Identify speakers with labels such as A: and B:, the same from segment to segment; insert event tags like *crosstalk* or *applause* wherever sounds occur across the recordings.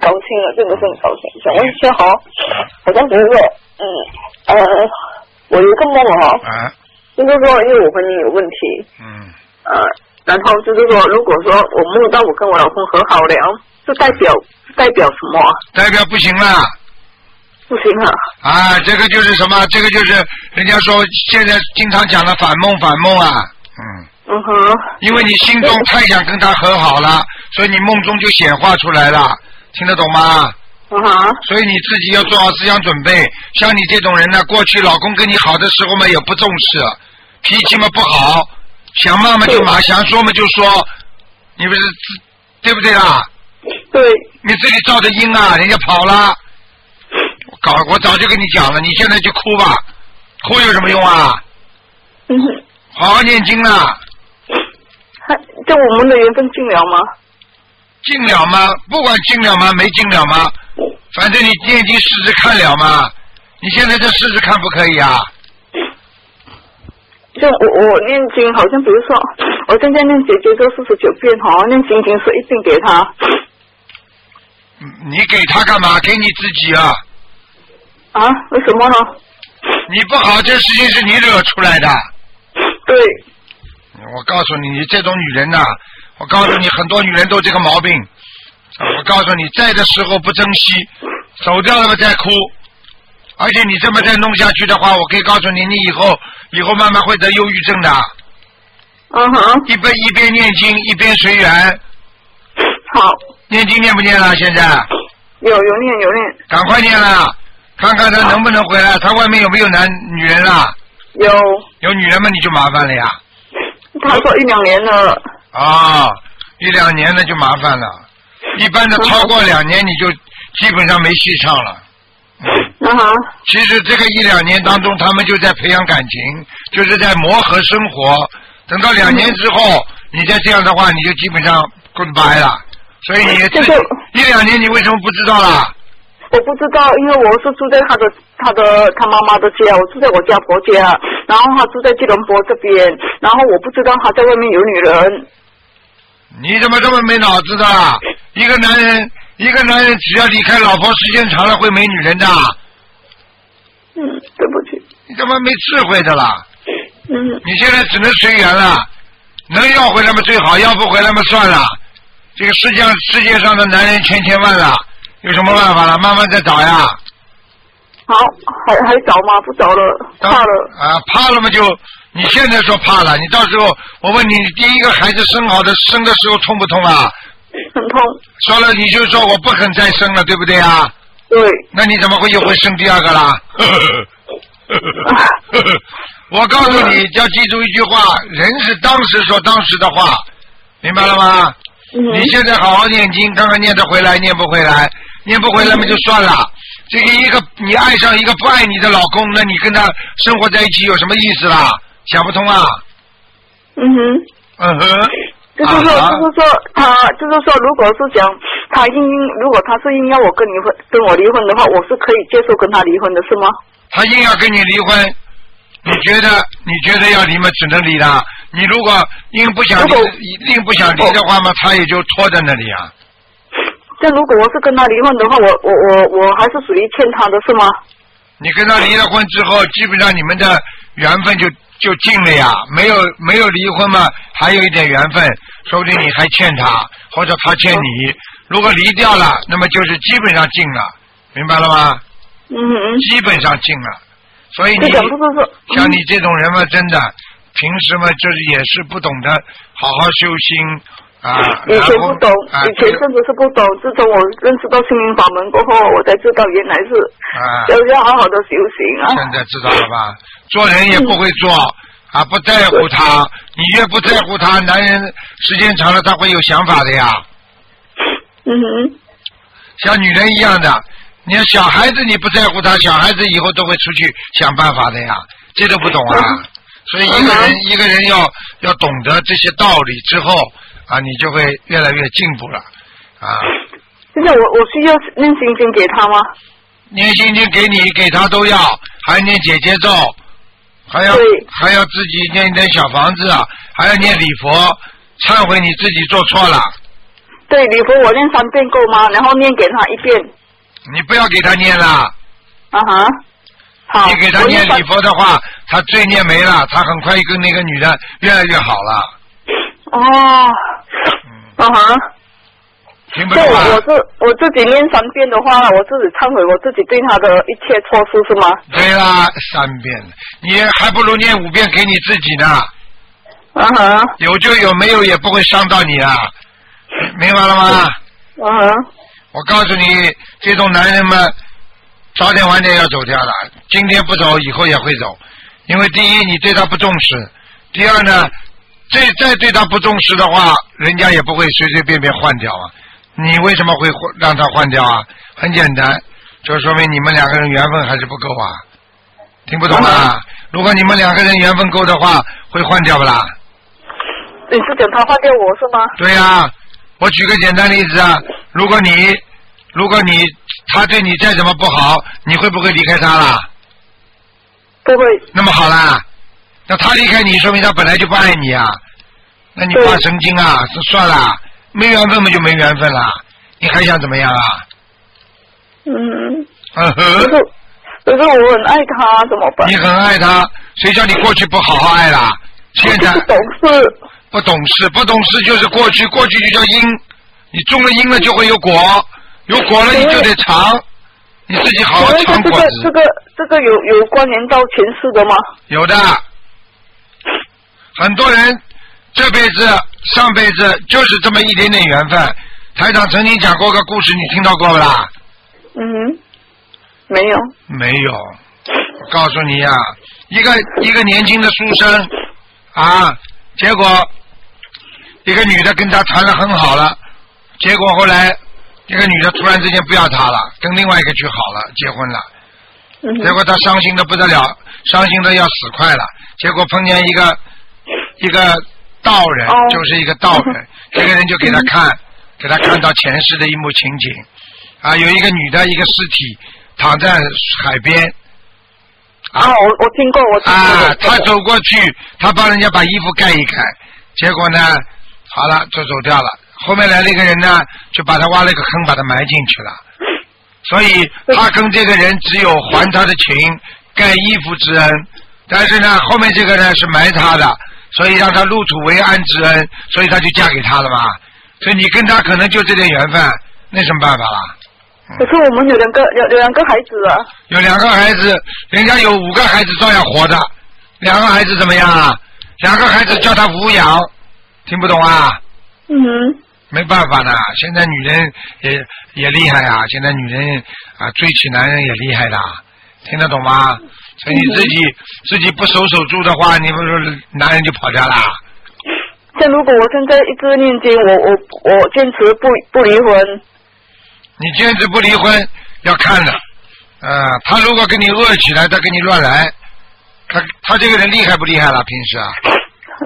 A: 高兴了，真的是很高兴。想问一下哈，哎好像不是说，嗯呃，我有一个梦哈，
B: 啊，
A: 就是说因为我婚姻有问题，
B: 嗯
A: 呃，然后就是说，如果说我梦到我跟我老公和好了，是代表是代表什么啊？
B: 代表不行了。
A: 不行啊，
B: 啊，这个就是什么？这个就是人家说现在经常讲的反梦，反梦啊。嗯，
A: 嗯哼，
B: 因为你心中太想跟他和好了，所以你梦中就显化出来了，听得懂吗？
A: 嗯哼，
B: 所以你自己要做好思想准备。像你这种人呢，过去老公跟你好的时候嘛，也不重视，脾气嘛不好，想骂嘛就骂，想说嘛就说，你不是自对不对啦？
A: 对，
B: 你自己造的因啊，人家跑了。我搞，我早就跟你讲了，你现在就哭吧，哭有什么用啊？
A: 嗯哼，
B: 好好念经啊，
A: 他这我们的缘分尽了吗？
B: 进了吗？不管进了吗，没进了吗？反正你念经试试看了吗？你现在这试试看不可以啊？
A: 就我我念经，好像比如说我现在念姐姐咒四十九遍哈，念心经是一定给他，
B: 你给他干嘛？给你自己啊！
A: 啊，为什么呢？
B: 你不好，这事情是你惹出来的。
A: 对，
B: 我告诉你，你这种女人呐、我告诉你，很多女人都这个毛病。啊我告诉你，在的时候不珍惜，走掉了嘛再哭。而且你这么再弄下去的话，我可以告诉你，你以后以后慢慢会得忧郁症的。
A: 嗯哼，
B: 一边一边念经，一边随缘。
A: 好，
B: 念经念不念了？现在
A: 有有念有念
B: 赶快念了，看看他能不能回来。他外面有没有男女人啦？
A: 有，
B: 有女人嘛，你就麻烦了呀。
A: 他说一两年了，
B: 啊、一两年那就麻烦了。一般的超过两年你就基本上没戏唱了。
A: 嗯哼，
B: 其实这个一两年当中，他们就在培养感情，就是在磨合生活。等到两年之后，你再这样的话，你就基本上 goodbye 了。所以你自
A: 这
B: 己
A: 个
B: 一两年你为什么不知道啦？
A: 我不知道，因为我是住在他的他的他妈妈的家，我住在我家婆家，然后他住在吉隆坡这边，然后我不知道他在外面有女人，
B: 你怎么这么没脑子的？一个男人，一个男人只要离开老婆时间长了，会没女人的。
A: 嗯，对不起，
B: 你怎么没智慧的啦？
A: 嗯
B: 你现在只能随缘了，能要回来嘛最好，要不回来嘛算了。这个世界上世界上的男人千千万了，有什么办法了？慢慢再找呀。
A: 好，还还早吗？不早了，
B: 当
A: 怕了。
B: 啊，怕了嘛就你现在说怕了，你到时候我问你，你第一个孩子生好的生的时候痛不痛啊？
A: 很痛，
B: 说了你就说我不肯再生了，对不对啊？
A: 对，
B: 那你怎么会又会生第二个啦？我告诉你，要记住一句话：人是当时说当时的话，明白了吗？
A: 嗯
B: 你现在好好念经，看看念得回来，念不回来，念不回来嘛就算了。这个一个你爱上一个不爱你的老公，那你跟他生活在一起有什么意思啦？想不通啊！
A: 嗯哼，
B: 嗯哼，
A: 就是说，
B: 啊
A: 就是说，他就是说，如果是讲他硬硬，如果他是硬要我跟离婚，跟我离婚的话，我是可以接受跟他离婚的，是吗？
B: 他硬要跟你离婚，你觉得你觉得要离嘛，只能离啦。你如果硬不想离
A: 如果，
B: 硬不想离的话嘛，他也就拖在那里啊。
A: 但如果我是跟他离婚的话，我我我我还是属于欠他的，是吗？
B: 你跟他离了婚之后，基本上你们的缘分就就尽了呀。没有没有离婚嘛，还有一点缘分，说不定你还欠他，或者他欠你。如果离掉了，那么就是基本上尽了，明白了吗？
A: 嗯哼，
B: 基本上尽了。所以
A: 就
B: 你
A: 讲就是说，
B: 像你这种人嘛，真的平时嘛，就是也是不懂得好好修心啊。
A: 嗯以前
B: 然后
A: 不懂，
B: 啊，
A: 以前真的是不懂。自从我认识到心灵法门过后，我才知道原来是
B: 啊
A: 要要好好的修行啊。
B: 现在知道了吧？做人也不会做
A: 嗯
B: 啊，不在乎他，你越不在乎他，男人时间长了他会有想法的呀。
A: 嗯哼，
B: 像女人一样的，你看小孩子你不在乎他，小孩子以后都会出去想办法的呀，这都不懂
A: 嗯
B: 啊。 *laughs* 所以一个人一个人要要懂得这些道理之后啊，你就会越来越进步了啊。
A: 现在我我需要念心经给他吗？
B: 念心经给你给他都要，还念姐姐咒，还要
A: 对
B: 还要自己啊念一点小房子，还要念礼佛，忏悔你自己做错了。
A: 对，礼佛我念三遍够吗？然后念给他一遍。
B: 你不要给他念了，
A: 啊哈。好。
B: 你给他
A: 我
B: 念
A: 念三
B: 礼佛的话，他罪孽没了，他很快跟那个女的越来越好了。
A: 哦。啊哈。
B: 听不
A: 对，
B: 懂啊？
A: 我自我自己念三遍的话，我自己忏悔我自己对他的一切错事是吗？
B: 对啦，三遍，你还不如念五遍给你自己呢。
A: 啊哈，
B: 有就有，没有也不会伤到你啊。明白了吗？
A: 啊哈，
B: 我告诉你，这种男人们，早点晚点要走掉的。今天不走，以后也会走。因为第一，你对他不重视；第二呢，这再对他不重视的话，人家也不会随随便便换掉啊。你为什么会换让他换掉啊？很简单，就说明你们两个人缘分还是不够啊。听不懂啊？如果你们两个人缘分够的话，会换掉不啦？
A: 你是讲他换掉我是吗？
B: 对呀、我举个简单例子啊，如果你如果你他对你再怎么不好，你会不会离开他啦？
A: 不会，
B: 那么好啦，那他离开你，说明他本来就不爱你啊，那你
A: 对
B: 发神经啊，是算了，没缘分嘛就没缘分啦，你还想怎么样啊？
A: 嗯，
B: 嗯
A: 可
B: 哼，
A: 是可是我很爱他，怎么办？
B: 你很爱他，谁叫你过去不好好爱啦？现在
A: 不懂事，
B: 不懂事，不懂事就是过去，过去就叫因，你种了因了就会有果，有果了你就得尝，你自己好好
A: 请
B: 尝
A: 问这
B: 果
A: 个这
B: 子。
A: 个这个有有关联到前世的吗？
B: 有的，很多人这辈子、上辈子就是这么一点点缘分。台长曾经讲过个故事，你听到过不啦？
A: 嗯，没有。
B: 没有，我告诉你呀、一个一个年轻的书生啊，结果一个女的跟他谈的很好了，结果后来这个女的突然之间不要他了，跟另外一个去好了，结婚了。
A: 嗯
B: 结果他伤心的不得了，伤心的要死快了。结果碰见一个一个道人，
A: 哦
B: 就是一个道人，
A: *laughs*
B: 这个人就给他看，给他看到前世的一幕情景，啊，有一个女的，一个尸体躺在海边，
A: 啊，我我听过，我听
B: 啊
A: 过。，
B: 他走过去，他帮人家把衣服盖一盖，结果呢，好了就走掉了。后面来了一个人呢，就把他挖了一个坑，把他埋进去了。所以他跟这个人只有还他的情，盖衣服之恩。但是呢，后面这个呢是埋他的，所以让他入土为安之恩，所以他就嫁给他了嘛。所以你跟他可能就这点缘分，那什么办法啦？
A: 可是我们有两个有有两个孩子啊，
B: 有两个孩子，人家有五个孩子照样活着，两个孩子怎么样啊？两个孩子叫他抚养，听不懂啊？
A: 嗯，
B: 没办法的，现在女人也也厉害啊，现在女人啊追起男人也厉害的，听得懂吗？所以你自己、自己不守守住的话，你不是男人就跑掉啦？
A: 像如果我现在一直念经，我我我坚持不不离婚，
B: 你坚持不离婚要看的，呃，他如果跟你恶起来，他跟你乱来，他他这个人厉害不厉害了？平时啊？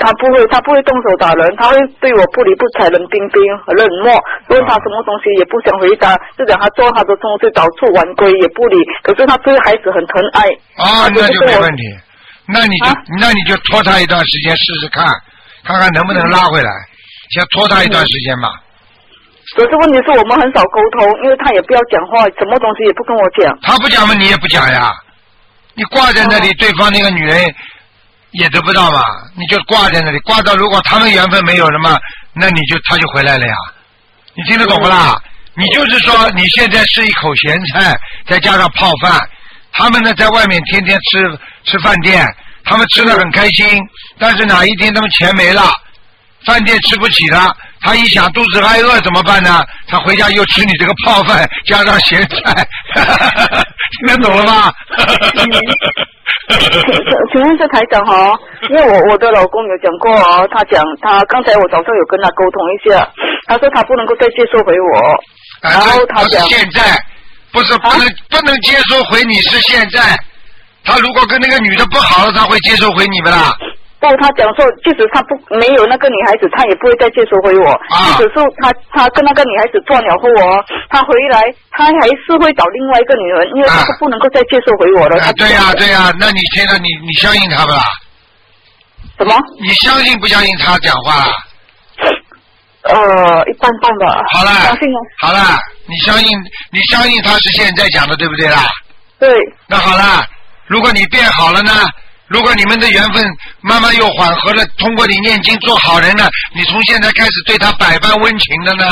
A: 他不会，他不会动手打人，他会对我不理不睬，冷冰冰，很冷漠。问他什么东西也不想回答，就讲他做他的东西，早出晚归也不理。可是他对孩子很疼爱。
B: 啊，那就没问
A: 题。
B: 题。那你就、
A: 啊
B: 那你就拖他一段时间试试看，看看能不能拉回来。先拖他一段时间吧。
A: 可是问题是我们很少沟通，因为他也不要讲话，什么东西也不跟我讲。
B: 他不讲嘛，你也不讲呀。你挂在那里，对方那个女人也得不到嘛，你就挂在那里，挂到如果他们缘分没有了嘛，那你就他就回来了呀。你听得懂不啦？你就是说你现在是一口咸菜，再加上泡饭，他们呢在外面天天吃吃饭店，他们吃的很开心，但是哪一天他们钱没了，饭店吃不起了，他一想肚子挨饿怎么办呢？他回家又吃你这个泡饭加上咸菜， *laughs* 听得懂了吗？ *laughs*
A: 请请请问一下台长哈、哦，因为我我的老公有讲过哦，他讲他刚才我早上有跟他沟通一下，他说他不能够再接受回我。
B: 啊
A: 然后
B: 这
A: 他
B: 不是
A: 讲
B: 现在，不是不能、不能接受回你是现在。他如果跟那个女的不好了，他会接受回你们啦。
A: 不，他讲说，即使他不没有那个女孩子，他也不会再接受回我。
B: 啊
A: 即使是他他跟那个女孩子做了后哦，他回来他还是会找另外一个女人，因为他是
B: 啊
A: 不能够再接受回我了。
B: 啊
A: 他，
B: 对呀、对呀、那你现在你你相信他不啦？
A: 什么？
B: 你相信不相信他讲话啦？
A: 呃，一般般吧。
B: 好啦
A: 相信啊，
B: 好啦，你相信你相信他是现在讲的对不对啦？
A: 对，
B: 那好啦，如果你变好了呢，如果你们的缘分慢慢又缓和了，通过你念经做好人呢，你从现在开始对他百般温情的呢，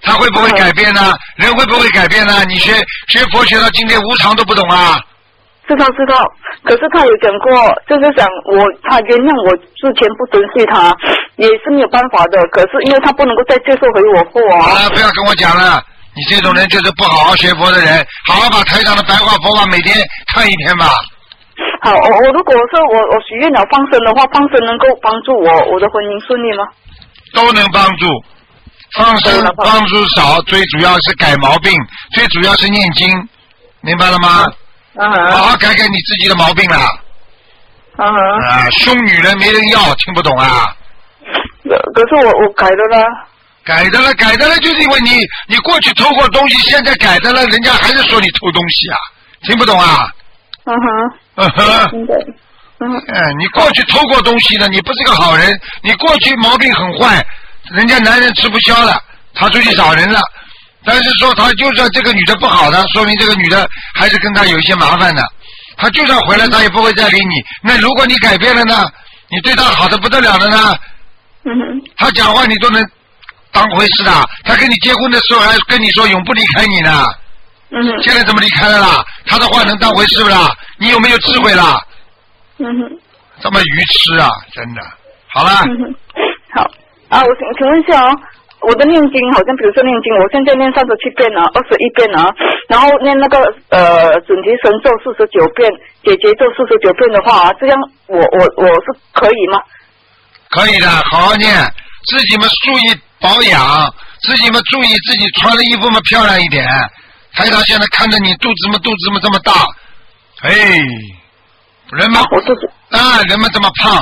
B: 他会不会改变呢？人会不会改变呢？你学学佛学到今天无常都不懂啊！
A: 知道知道。可是他有讲过，就是想我他原谅我之前不珍惜他，也是没有办法的。可是因为他不能够再接受回我货
B: 好
A: 啊。
B: 了，不要跟我讲了，你这种人就是不好好学佛的人，好好把台长的白话佛法每天看一天吧。
A: 好，我我如果说我我许愿了放生的话，放生能够帮助我我的婚姻顺利吗？
B: 都能帮助。放
A: 都
B: 生
A: 能帮助
B: 帮助少，最主要是改毛病，最主要是念经，明白了吗？
A: 啊
B: 好
A: 哈
B: 好改改你自己的毛病啦！
A: 啊哈。
B: 啊，凶女人没人要，听不懂啊？
A: 可可是我我改了啦。
B: 改的了，改的了，就是因为你你过去偷过东西，现在改的了，人家还是说你偷东西啊？听不懂啊？
A: 嗯哼，
B: 嗯哼，
A: 应该。嗯哼，
B: 嗯，你过去偷过东西的，你不是个好人，你过去毛病很坏，人家男人吃不消了，他出去找人了。但是说他就算这个女的不好的，说明这个女的还是跟他有一些麻烦的。他就算回来，他也不会再理你。那如果你改变了呢？你对他好的不得了了呢？
A: 嗯哼，
B: 他讲话你都能当回事的。他跟你结婚的时候还跟你说永不离开你呢，
A: 嗯哼，
B: 现在怎么离开了啦？他的话能当回事不啦？你有没有智慧啦？
A: 嗯哼。
B: 这么愚痴啊，真的。好了，
A: 嗯哼，好啊，我请请问一下哦，我的念经好像，比如说念经，我现在念三十七遍啊，二十一遍啊，然后念那个呃准提神咒四十九遍，解结咒四十九遍的话、啊，这样我我我是可以吗？
B: *laughs* 可以的，好好念，自己们注意保养，自己们注意自己穿的衣服嘛漂亮一点。台长现在看着你肚子嘛肚子嘛这么大，哎，人嘛
A: 我自己
B: 啊人嘛这么胖，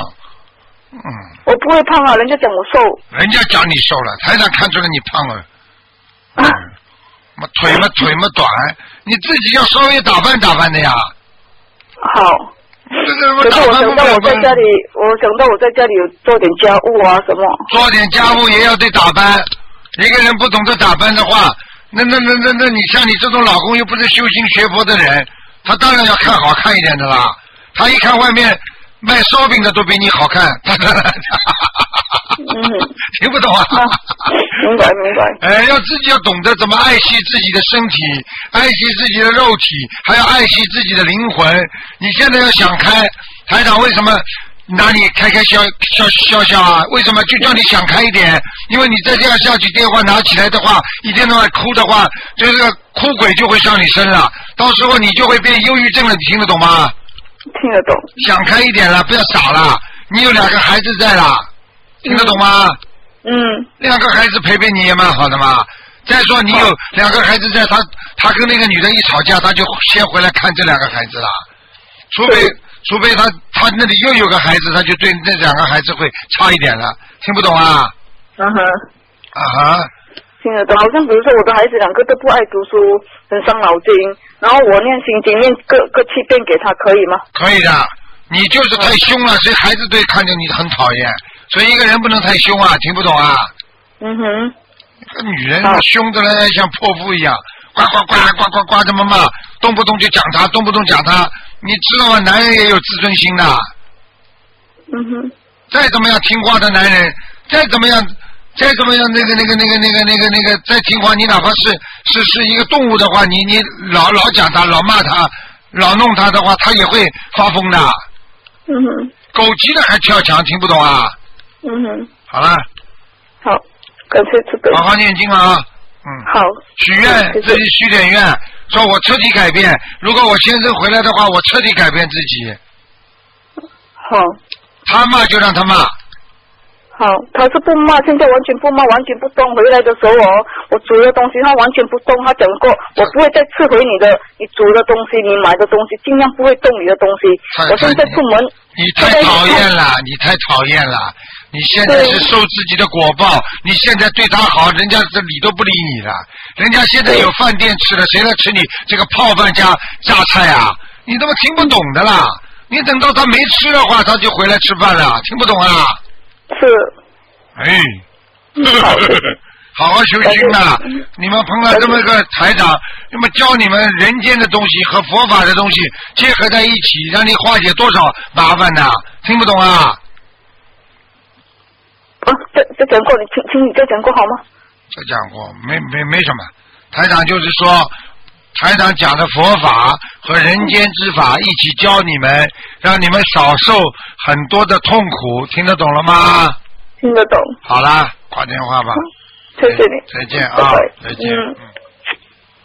B: 嗯，
A: 我不会胖啊，人家讲我瘦 *laughs*
B: 人家讲你瘦了，台长看出来你胖 *laughs* 了，
A: 啊，
B: 嘛腿嘛腿嘛短，你自己要稍微打扮打扮的呀。
A: 好。
B: 这个
A: 可是
B: 打
A: 我
B: 扮
A: 想
B: 不
A: 到
B: 了
A: 我在
B: 吗
A: 家里，我想到我在家里有做点家务啊什么，
B: 做点家务也要对打扮。一个人不懂得打扮的话，那那那那那你像你这种老公又不是修心学佛的人，他当然要看好看一点的啦。他一看外面卖烧饼的都比你好看，
A: 嗯，
B: *laughs* 听不懂啊？
A: 啊，明白明白，
B: 哎，要自己要懂得怎么爱惜自己的身体，爱惜自己的肉体，还要爱惜自己的灵魂。你现在要想开，台长为什么拿你开开笑笑笑笑啊？为什么就叫你想开一点？因为你再这样下去，电话拿起来的话，一天到晚哭的话，就是个哭鬼就会上你身了。到时候你就会变忧郁症了，你听得懂吗？
A: 听得懂，
B: 想开一点了，不要傻了。你有两个孩子在了，听得懂吗？
A: 嗯
B: 两个孩子陪陪你也蛮好的嘛。再说你有两个孩子在，他他跟那个女人一吵架，他就先回来看这两个孩子啦。除非除非他他那里又有个孩子，他就对那两个孩子会差一点了。听不懂啊？
A: 嗯哼。
B: 啊哈！
A: 听得懂，好像比如说我的孩子两个都不爱读书，很伤脑筋，然后我念心经念各各七遍给他，可以吗？
B: 可以的。你就是太凶了，所以孩子对看着你很讨厌。所以一个人不能太凶啊，听不懂啊？
A: 嗯哼，
B: 这女人
A: 啊
B: 凶的嘞，像泼妇一样，呱呱呱呱呱呱这么骂，动不动就讲她，动不动讲她。你知道吗？男人也有自尊心的。
A: 嗯哼，
B: 再怎么样听话的男人，再怎么样，再怎么样那个那个那个那个那个那个再听话，你哪怕是是是一个动物的话，你你老老讲他，老骂他，老弄他的话，他也会发疯的。
A: 嗯哼，
B: 狗急了还跳墙，听不懂啊？
A: 嗯哼，
B: 好了，
A: 好，感谢慈悲。
B: 好好念经了啊。嗯，
A: 好，
B: 许愿
A: 啊谢谢
B: 自己许点愿，说我彻底改变。如果我先生回来的话，我彻底改变自己。
A: 好，
B: 他骂就让他骂，
A: 好，他是不骂，现在完全不骂，完全不动。回来的时候哦，我煮的东西他完全不动，他讲过我不会再吃回你的，你煮的东西，你买的东西，尽量不会动你的东西
B: 太。
A: 我现在出门，
B: 你太讨厌了，你太讨厌了！你现在是受自己的果报，你现在对他好，人家这理都不理你了。人家现在有饭店吃了，谁来吃你这个泡饭加榨菜啊？你他妈听不懂的啦！你等到他没吃的话，他就回来吃饭了，听不懂啊？
A: 是
B: 哎，好好修心呐！你们碰到这么个台长，那么教你们人间的东西和佛法的东西结合在一起，让你化解多少麻烦呐、听不懂啊？
A: 啊，再再讲过，你请请你再讲过好吗？
B: 这讲过，没没没什么。台长就是说，台长讲的佛法和人间之法一起教你们，让你们少受很多的痛苦，听得懂了吗？
A: 听得懂，
B: 好啦，挂电话吧，
A: 嗯谢谢你。
B: 再见啊
A: 拜拜，
B: 再见。
A: 嗯
B: 嗯